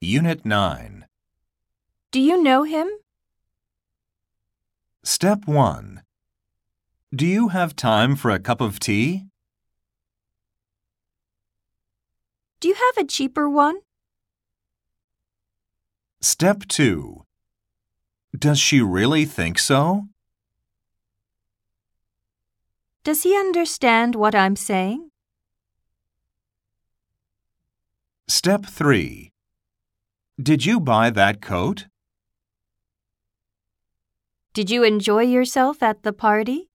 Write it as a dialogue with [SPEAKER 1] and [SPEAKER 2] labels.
[SPEAKER 1] Unit 9.
[SPEAKER 2] Do you know him?
[SPEAKER 1] Step 1. Do you have time for a cup of tea?
[SPEAKER 2] Do you have a cheaper one?
[SPEAKER 1] Step 2. Does she really think so?
[SPEAKER 2] Does he understand what I'm saying?
[SPEAKER 1] Step 3. Did you buy that coat?
[SPEAKER 2] Did you enjoy yourself at the party?